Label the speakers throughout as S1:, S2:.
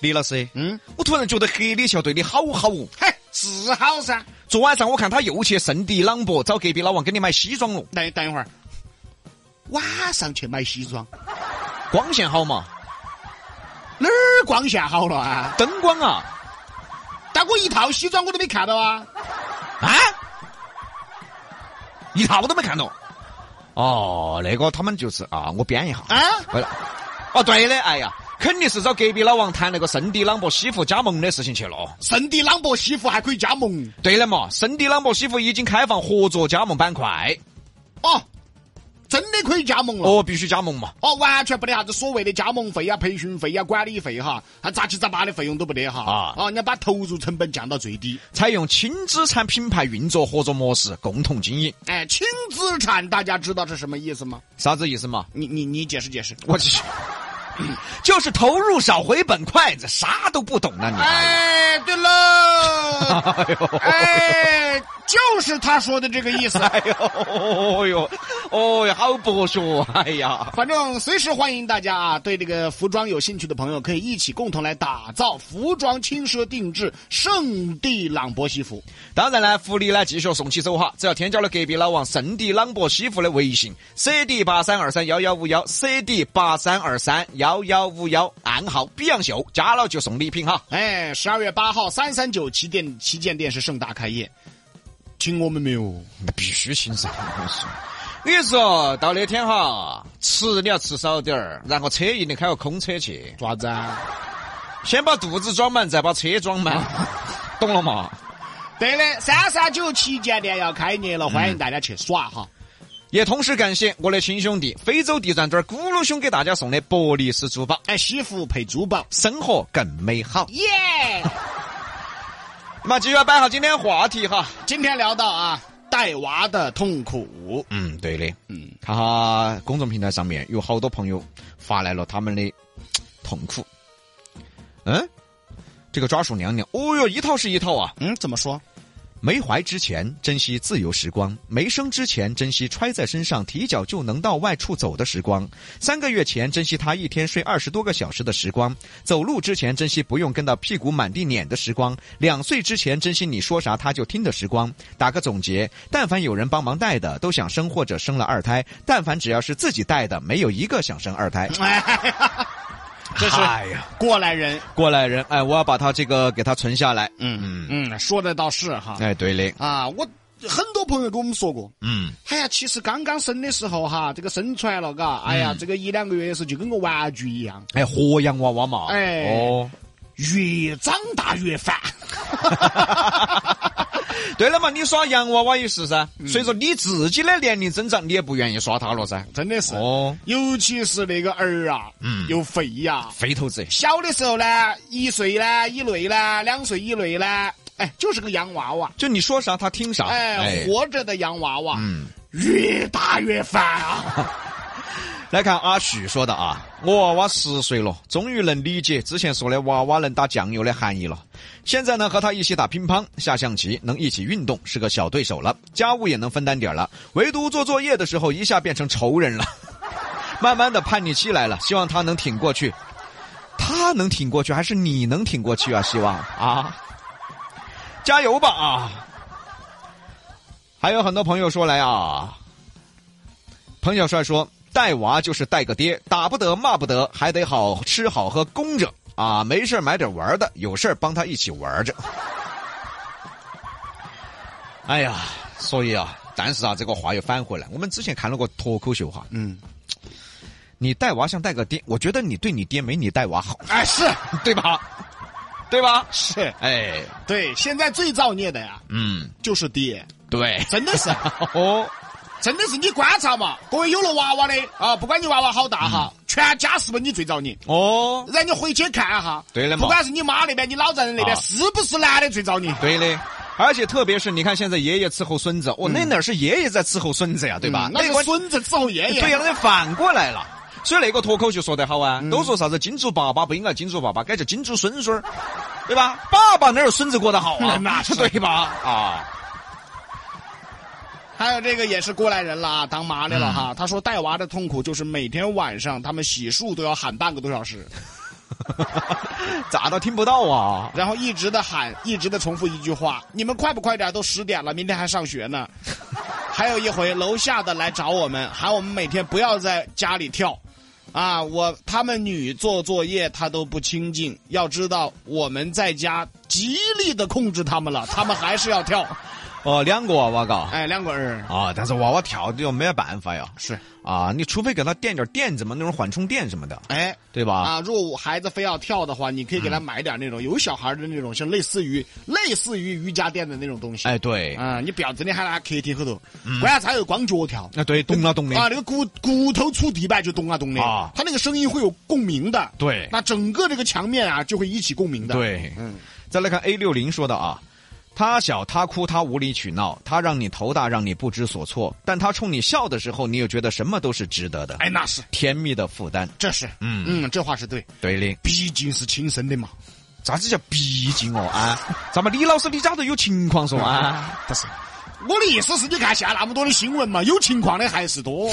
S1: 李老师，
S2: 嗯，
S1: 我突然觉得黑李笑对你好好哦。
S2: 嘿，是好噻。
S1: 昨晚上我看他又去圣地朗博找隔壁老王给你买西装了，哦
S2: 等等一会儿，晚上去买西装，
S1: 光线好嘛，
S2: 哪儿光线好了啊？
S1: 灯光啊，
S2: 但我一套西装我都没看到啊。
S1: 啊，一套都没看到。哦，那个他们就是啊，我编一下。
S2: 啊，
S1: 为了，哦对的，哎呀，肯定是找隔壁老王谈那个圣地朗博西服加盟的事情去了哦。
S2: 圣地朗博西服还可以加盟
S1: 对的嘛，圣地朗博西服已经开放合作加盟板块，
S2: 哦，真的可以加盟了。
S1: 哦，必须加盟嘛。
S2: 哦，完全不得啥子所谓的加盟费呀、培训费呀、啊管理费哈，还杂七杂八的费用都不得哈。
S1: 啊
S2: 啊，人家把投入成本降到最低。
S1: 采用轻资产品牌运作合作模式，共同经营，
S2: 哎，轻资产，大家知道是什么意思吗？
S1: 啥子意思嘛？
S2: 你你你解释解释。
S1: 我去，就是投入少回本快子，啥都不懂呢你。
S2: 哎，对喽，
S1: 哎呦，
S2: 哎，就是他说的这个意思。
S1: 哎呦，哦呦，哦呦，好博学哦，哎呀，
S2: 反正随时欢迎大家啊！对这个服装有兴趣的朋友，可以一起共同来打造服装轻奢定制圣地朗博西服。
S1: 当然呢，福利呢继续送起手哈，只要添加了隔壁老王圣地朗博西服的微信 cd 八三二三幺幺五幺 cd 八三二三幺幺五幺，暗号“比洋秀”，加了就送礼品哈。
S2: 哎，十二月八号，三三九旗舰旗舰店是盛大开业，请我们没有？
S1: 那必须请噻！我跟你说，我跟你说到那天哈，吃你要吃少点儿，然后车一定开个空车去，
S2: 爪子啊？
S1: 先把肚子装满，再把车装 满，懂了嘛？
S2: 对的，三三九旗舰店要开业了，欢迎大家去耍哈！
S1: 也同时感谢我的亲兄弟非洲地转转咕噜兄给大家送的伯利斯珠宝，
S2: 哎，西服配珠宝，
S1: 生活更美好。
S2: 耶、
S1: 那么继续来摆下今天话题哈。
S2: 今天聊到啊，带娃的痛苦。
S1: 嗯，对的，
S2: 嗯，
S1: 哈哈，公众平台上面有好多朋友发来了他们的嘖痛苦。嗯，这个抓鼠娘娘，哦哟，一套是一套啊。
S2: 嗯，怎么说？
S1: 没怀之前珍惜自由时光，没生之前珍惜揣在身上提脚就能到外处走的时光，三个月前珍惜他一天睡二十多个小时的时光，走路之前珍惜不用跟到屁股满地撵的时光，两岁之前珍惜你说啥他就听的时光。打个总结，但凡有人帮忙带的，都想生或者生了二胎；但凡只要是自己带的，没有一个想生二胎。
S2: 哎， 这是
S1: 哎呀，
S2: 过来人。
S1: 过来人，哎，我要把他这个给他存下来。
S2: 嗯嗯，说的倒是哈。
S1: 哎，对嘞，
S2: 啊，我很多朋友跟我们说过，
S1: 嗯，
S2: 哎呀，其实刚刚生的时候哈，这个生出来了，嘎，
S1: 嗯
S2: 哎呀，这个一两个月的时候就跟个玩具一样，
S1: 哎，活洋娃娃嘛，
S2: 哎
S1: 哦。
S2: 越长大越烦。
S1: 对了嘛，你耍洋娃娃也是噻，随着你自己的年龄增长，你也不愿意耍它了噻。
S2: 真的是，
S1: 哦，
S2: 尤其是那个儿啊，
S1: 嗯
S2: 又肥呀、
S1: 肥头子，
S2: 小的时候呢，一岁呢以内呢，两岁以内呢，哎，就是个洋娃娃，
S1: 就你说啥他听啥。
S2: 哎，活着的洋娃娃，
S1: 嗯，
S2: 越大越烦啊。
S1: 来看阿许说的啊，我娃娃十岁了，终于能理解之前说的娃娃能打酱油的含义了。现在呢，和他一起打乒乓、下象棋，能一起运动，是个小对手了，家务也能分担点儿了，唯独做作业的时候一下变成仇人了。 慢慢的叛逆期来了，希望他能挺过去。他能挺过去，还是你能挺过去啊？希望啊，加油吧啊！还有很多朋友说来啊，彭小帅说带娃就是带个爹，打不得骂不得，还得好吃好喝供着啊，没事儿买点玩儿的，有事儿帮他一起玩儿着。 哎呀，所以啊，但是啊，这个话又返回来，我们之前看了个脱口秀哈，
S2: 嗯，
S1: 你带娃像带个爹，我觉得你对你爹没你带娃好，
S2: 哎，是
S1: 对吧？对吧？
S2: 是，
S1: 哎，
S2: 对，现在最造孽的呀，
S1: 嗯，
S2: 就是爹，
S1: 对，
S2: 真的是。
S1: 哦，
S2: 真的是你观察嘛，各位有了娃娃的啊，不管你娃娃好大哈，
S1: 嗯
S2: 全家是不是你最找你？
S1: 哦，
S2: 然后你回去看一下，
S1: 对的嘛
S2: 不管是你妈那边，你老丈人那边，
S1: 啊
S2: 是不是男的最找你？
S1: 对嘞。而且特别是你看，现在爷爷伺候孙子，哦，那哪是爷爷在伺候孙子呀，对吧？
S2: 嗯那
S1: 个
S2: 个孙子伺候爷爷，？
S1: 对呀、那反过来了。所以那个脱口秀说得好啊，都说啥子金主爸爸不应该金主爸爸，该叫金主孙 孙儿，对吧？爸爸哪有孙子过得好 啊
S2: 那是
S1: 对吧？啊，
S2: 还有这个也是过来人了啊，当妈的
S1: 嗯
S2: 了哈。他说带娃的痛苦就是每天晚上他们洗漱都要喊半个多小时，
S1: 咋都听不到啊？
S2: 然后一直的喊，一直的重复一句话：“你们快不快点？都十点了，明天还上学呢。” 还有一回，楼下的来找我们，喊我们每天不要在家里跳，啊，我他们女做作业她都不清静，要知道我们在家极力的控制他们了，他们还是要跳。
S1: 哦，两个娃娃嘎。
S2: 哎，两个人
S1: 啊，但是娃娃跳就没办法呀。
S2: 是，
S1: 啊，你除非给他垫点垫子嘛，那种缓冲垫什么的，
S2: 哎。
S1: 对吧？
S2: 啊，如果孩子非要跳的话，你可以给他买点那种、有小孩的那种，像类似于类似于瑜伽垫的那种东西。
S1: 哎，对，
S2: 啊、你不要真的喊他客厅后头，
S1: 嗯
S2: 关键他有光脚跳
S1: 啊，对，懂了懂
S2: 啊，
S1: 了。
S2: 那个骨骨头触地板就咚啊咚的
S1: 啊
S2: 他那个声音会有共鸣的，
S1: 对
S2: 那整个这个墙面啊就会一起共鸣的，，
S1: 对，
S2: 嗯，
S1: 再来看 A 六零说的啊，他小他哭他无理取闹，他让你头大让你不知所措，但他冲你笑的时候，你又觉得什么都是值得的，
S2: 哎，那是，
S1: 甜蜜的负担。
S2: 这是，
S1: 嗯
S2: 嗯，这话是对，
S1: 对的，
S2: 毕竟是亲生的嘛，
S1: 啥子叫毕竟哦啊？ 咱们李老师你家头有情况说啊？
S2: 不是。我的意思是，你看现在那么多的新闻嘛，有情况的还是多。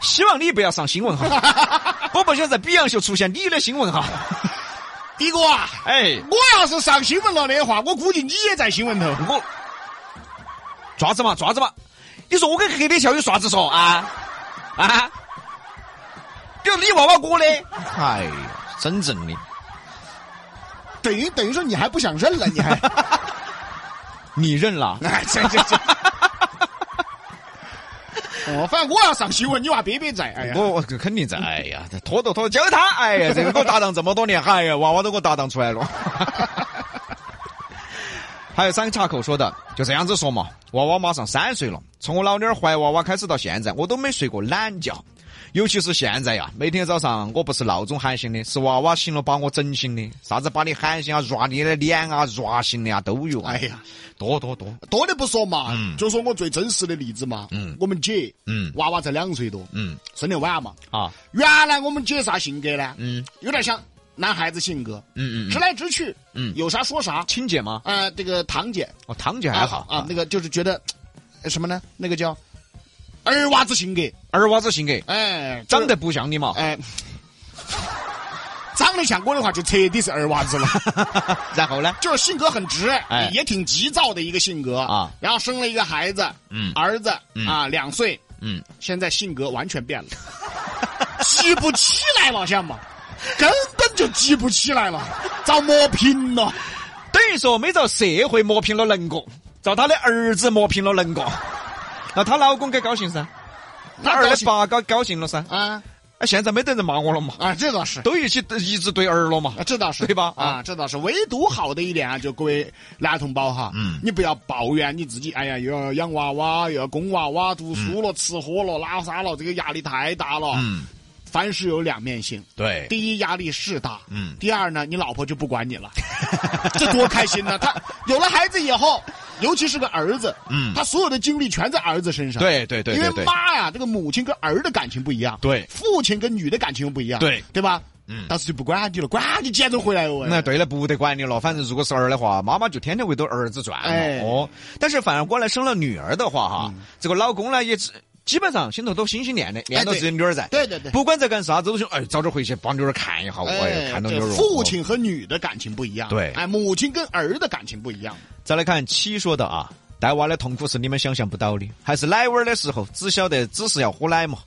S1: 希望你不要上新 闻哈。我不想在 Beyond 秀出现你的新闻哈。
S2: 一哥啊，
S1: 哎，
S2: 我要是上新闻了的话，我估计你也在新闻头。
S1: 我爪子嘛，爪子嘛，你说我跟黑天笑有啥子说啊？啊？就你娃娃我的，哎呀，真正的，
S2: 等于等于说你还不想认了，你还，？
S1: 你认了
S2: 哎，这这 这。哦，反正我要上新闻，你娃别别在，哎呀，
S1: 我我肯定在，哎呀，拖着拖着就他，哎呀，这个给我搭档这么多年，哎呀，娃娃都给我搭档出来了。 还有三个岔口说的，就这样子说嘛，娃娃马上三岁了，从我老娘儿怀娃娃开始到现在，我都没睡过懒觉。尤其是现在呀，每天早上我不是闹钟喊醒的，是娃娃醒了把我整醒的，啥子把你喊醒啊，抓你的脸啊，抓醒的啊都有。
S2: 哎呀，
S1: 多多多，
S2: 多的不说嘛，
S1: 嗯
S2: 就说我最真实的例子嘛，
S1: 嗯
S2: 我们姐，
S1: 嗯
S2: 娃娃才两岁多，
S1: 嗯
S2: 生的晚嘛，
S1: 啊，
S2: 原来我们姐啥性格呢？
S1: 嗯
S2: 有点像男孩子性格，
S1: 嗯嗯嗯，
S2: 直来直去，
S1: 嗯
S2: 有啥说啥，
S1: 亲姐吗？
S2: 呃，这个堂姐
S1: 哦，堂姐还好
S2: 啊，那个就是觉得呃什么呢？那个叫儿娃子性格，
S1: 二娃子性格，
S2: 哎，
S1: 长得不像你嘛，
S2: 哎。 长得像我的话，就彻底是儿娃子了，
S1: 然后呢？
S2: 就是性格很直，
S1: 哎
S2: 也挺急躁的一个性格
S1: 啊。
S2: 然后生了一个孩子，
S1: 嗯
S2: 儿子、
S1: 嗯
S2: 啊，两岁，
S1: 嗯，
S2: 现在性格完全变了，急不起来了，晓得吗？根本就急不起来了，遭磨 平了。
S1: 等于说没遭社会磨平了棱角，遭他的儿子磨平了棱角。那她老公该高兴噻，她儿
S2: 高
S1: 的
S2: 兴
S1: 爸高高兴了噻。
S2: 啊
S1: 哎，现在没得人骂我了嘛，
S2: 啊，这倒是。
S1: 都一起一致对儿了嘛
S2: 啊，。这倒是
S1: 对吧
S2: 啊，这倒是。唯独好的一点啊，就各位男同胞哈，
S1: 嗯
S2: 你不要抱怨你自己，哎呀，又要养娃娃，又要供娃娃，读书了，吃喝了，拉撒了，这个压力太大了。
S1: 嗯，
S2: 凡事有两面性，
S1: 对，
S2: 第一压力是大，
S1: 嗯
S2: 第二呢，你老婆就不管你了， 这多开心呢！他有了孩子以后，尤其是个儿子，
S1: 嗯
S2: 他所有的精力全在儿子身上，
S1: 对对对对
S2: 因为
S1: 对
S2: 妈呀，这个母亲跟儿的感情不一样，
S1: 对
S2: 父亲跟女的感情又不一样，
S1: 对
S2: 对吧？
S1: 嗯
S2: 当时就不管你了，管你捡着回来哟。
S1: 那对了，不得管你了。反正如果是儿的话，妈妈就天天围着儿子转嘛。
S2: 哎嗯
S1: 哦，但是反过来生了女儿的话，哈，这个老公呢也只基本上心头都心心念
S2: 哎
S1: 的，念到自己女儿在。
S2: 对对对
S1: 不管在干啥子，都想哎，早点回去帮女儿看一下，我哎，看到女
S2: 这
S1: 儿。
S2: 父亲和女的感情不一样，
S1: 对
S2: 哎，母亲跟儿的感情不一样，
S1: 再来看七说的啊，带娃的痛苦是你们想象不到的，还是奶娃儿的时候，只晓得只是要喝奶嘛。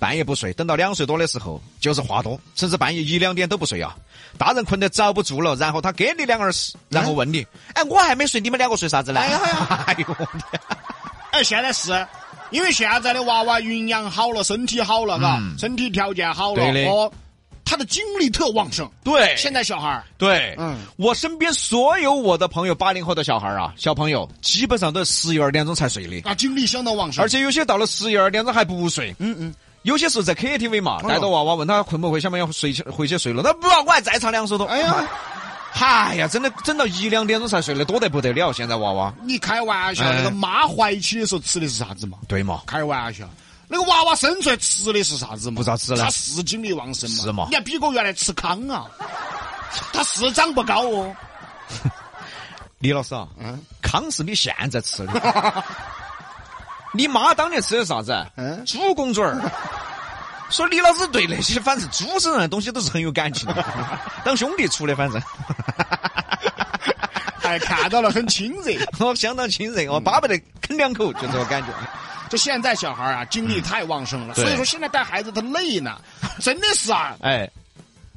S1: 半夜不睡，等到两岁多的时候就是话多，甚至半夜一两点都不睡啊。大人困得遭不住了，然后他给你两耳屎，然后问你：“哎，我还没睡，你们两个睡啥子呢？”
S2: 嗯哎呀哎 呀
S1: 哎呦我 天！
S2: 哎，现在是。因为现在的娃娃营养好了，身体好了，嘎、身体条件好了
S1: 嗯对，哎的
S2: 哦，他的精力特旺盛。
S1: 对，
S2: 现在小孩儿
S1: 对，
S2: 嗯
S1: 我身边所有我的朋友，八零后的小孩儿啊，小朋友基本上都是十一二点钟才睡的，
S2: 啊，精力相当旺盛，
S1: 而且有些到了十一二点钟还不睡。
S2: 嗯嗯，哦
S1: 有些时候在 KTV 嘛，
S2: 呦
S1: 带着娃娃问他困不困，想不想睡去回去睡了？他不，我还再唱两首多。哎
S2: 哎
S1: 呀，
S2: 呀，
S1: 哎呀，真的整到一两点钟才睡的，多得不得了。现在娃娃，
S2: 你开玩笑，
S1: 哎
S2: 那个妈怀起的时候吃的是啥子嘛？
S1: 对嘛？
S2: 开玩笑，那个娃娃生出来吃的是啥子嘛？
S1: 不咋吃了
S2: 他是精力旺盛嘛？
S1: 是嘛
S2: 你看比哥原来吃糠啊，他是长不高哦。
S1: 李老师啊，
S2: 嗯
S1: 糠是你现在吃 的，你妈当年吃的啥子？啊
S2: 嗯
S1: 猪公嘴儿。说李老师对那些反正主持人的东西都是很有感情的，当兄弟处的，反正
S2: 哎，看到了很亲热。
S1: 我相当亲热，我巴不得啃两口，就这个感觉。
S2: 就现在小孩啊，精力太旺盛了，
S1: 对
S2: 所以说现在带孩子他累呢，真的是啊，
S1: 哎，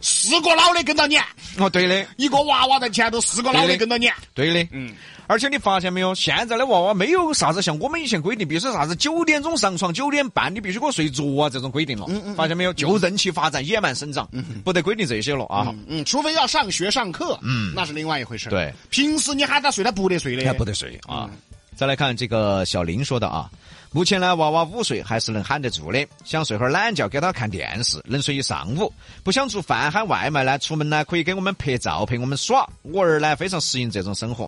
S2: 四个老的跟到撵，
S1: 哦，对的，
S2: 一个娃娃在前头，四个老的跟到撵。
S1: 对的，
S2: 嗯，
S1: 而且你发现没有，现在的娃娃没有啥子像我们以前规定，比如说啥子九点钟上床，九点半你必须给我睡着啊这种规定了。发现没有，就任其发展，野蛮生长，不得规定这些了啊。
S2: 嗯嗯，除非要上学上课，嗯，那是另外一回事。
S1: 对，
S2: 平时你喊他睡，他不得睡的，
S1: 还不得睡啊。再来看这个小林说的啊，目前呢娃娃五岁还是能喊得住的，想睡会儿懒觉给他看电视，能睡一上午；不想做饭喊外卖呢，出门呢可以给我们拍照陪我们耍。我儿呢非常适应这种生活，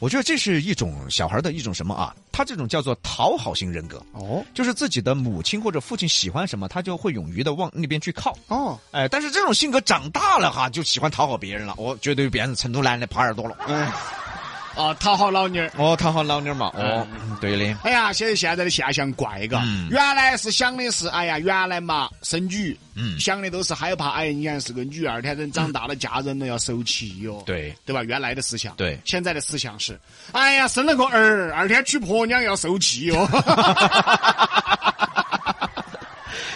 S1: 我觉得这是一种小孩的一种什么啊？他这种叫做讨好型人格，
S2: 哦
S1: 就是自己的母亲或者父亲喜欢什么，他就会勇于的往那边去靠。
S2: 哦，
S1: 哎，但是这种性格长大了哈，就喜欢讨好别人了，我绝对变成成都男的耙耳朵了。
S2: 嗯，啊，讨好老妞儿。
S1: 哦，讨好老妞嘛，哦，对的。
S2: 哎呀，现在现在的现象怪嘎，原来是想的是，哎呀，原来嘛，生女，
S1: 嗯
S2: 想的都是害怕，哎，你看是个女儿，天人长大了，嫁人了要受气哟，
S1: 对
S2: 对吧？原来的思想，
S1: 对
S2: 现在的思想是，哎呀，生了个儿，二天娶婆娘要受气 哟，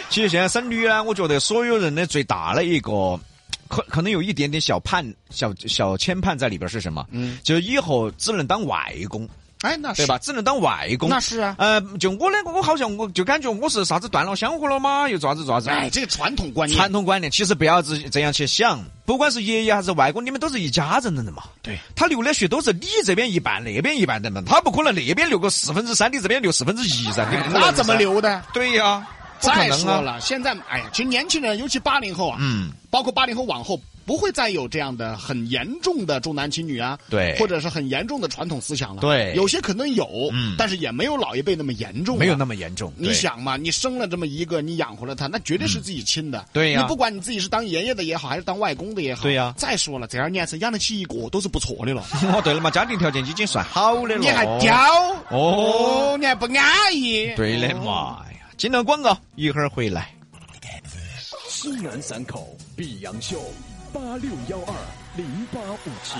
S1: 其实现在生女呢，我觉得所有人的最大的一个。可可能有一点点小盼、小小牵绊在里边是什么？嗯，就以后只能当外公，
S2: 哎，那
S1: 对
S2: 是
S1: 吧？只能当外公。
S2: 那是啊
S1: 呃，就我那个，我好像我就感觉我是啥子断了香火了吗？又咋子咋子？
S2: 哎，这个传统观念，
S1: 啊传统观念，其实不要这这样去想。不管是爷爷还是外公，你们都是一家人的嘛。
S2: 对，
S1: 他流的血都是你这边一半，那边一半的嘛。他不可能那边流个四分之三，你这边流四分之一噻。你不可能
S2: 那怎么
S1: 噻？
S2: 留的？
S1: 对呀、不可
S2: 再
S1: 能
S2: 说
S1: 啊。
S2: 了，现在哎呀，其实年轻人，尤其八零后啊，
S1: 嗯，
S2: 包括八零后往后，不会再有这样的很严重的重男轻女啊，
S1: 对
S2: 或者是很严重的传统思想了。
S1: 对
S2: 有些可能有，
S1: 嗯
S2: 但是也没有老一辈那么严重、啊
S1: 没有那。么严重。
S2: 你
S1: 对，嗯
S2: 想嘛，你生了这么一个，你养活了他，那绝对是自己亲的。
S1: 对呀
S2: 你不管你自己是当爷爷的也好，还是当外公的也好，
S1: 对呀
S2: 再说了，这样年生养得起一个都是不错的了。
S1: 哦，对了嘛，家庭条件已经算好的了。
S2: 你还刁
S1: 哦
S2: 你还不安逸。
S1: 对的嘛呀！进了广告，啊一会儿回来。
S3: 西南散口碧阳秀，八六幺二零八五七。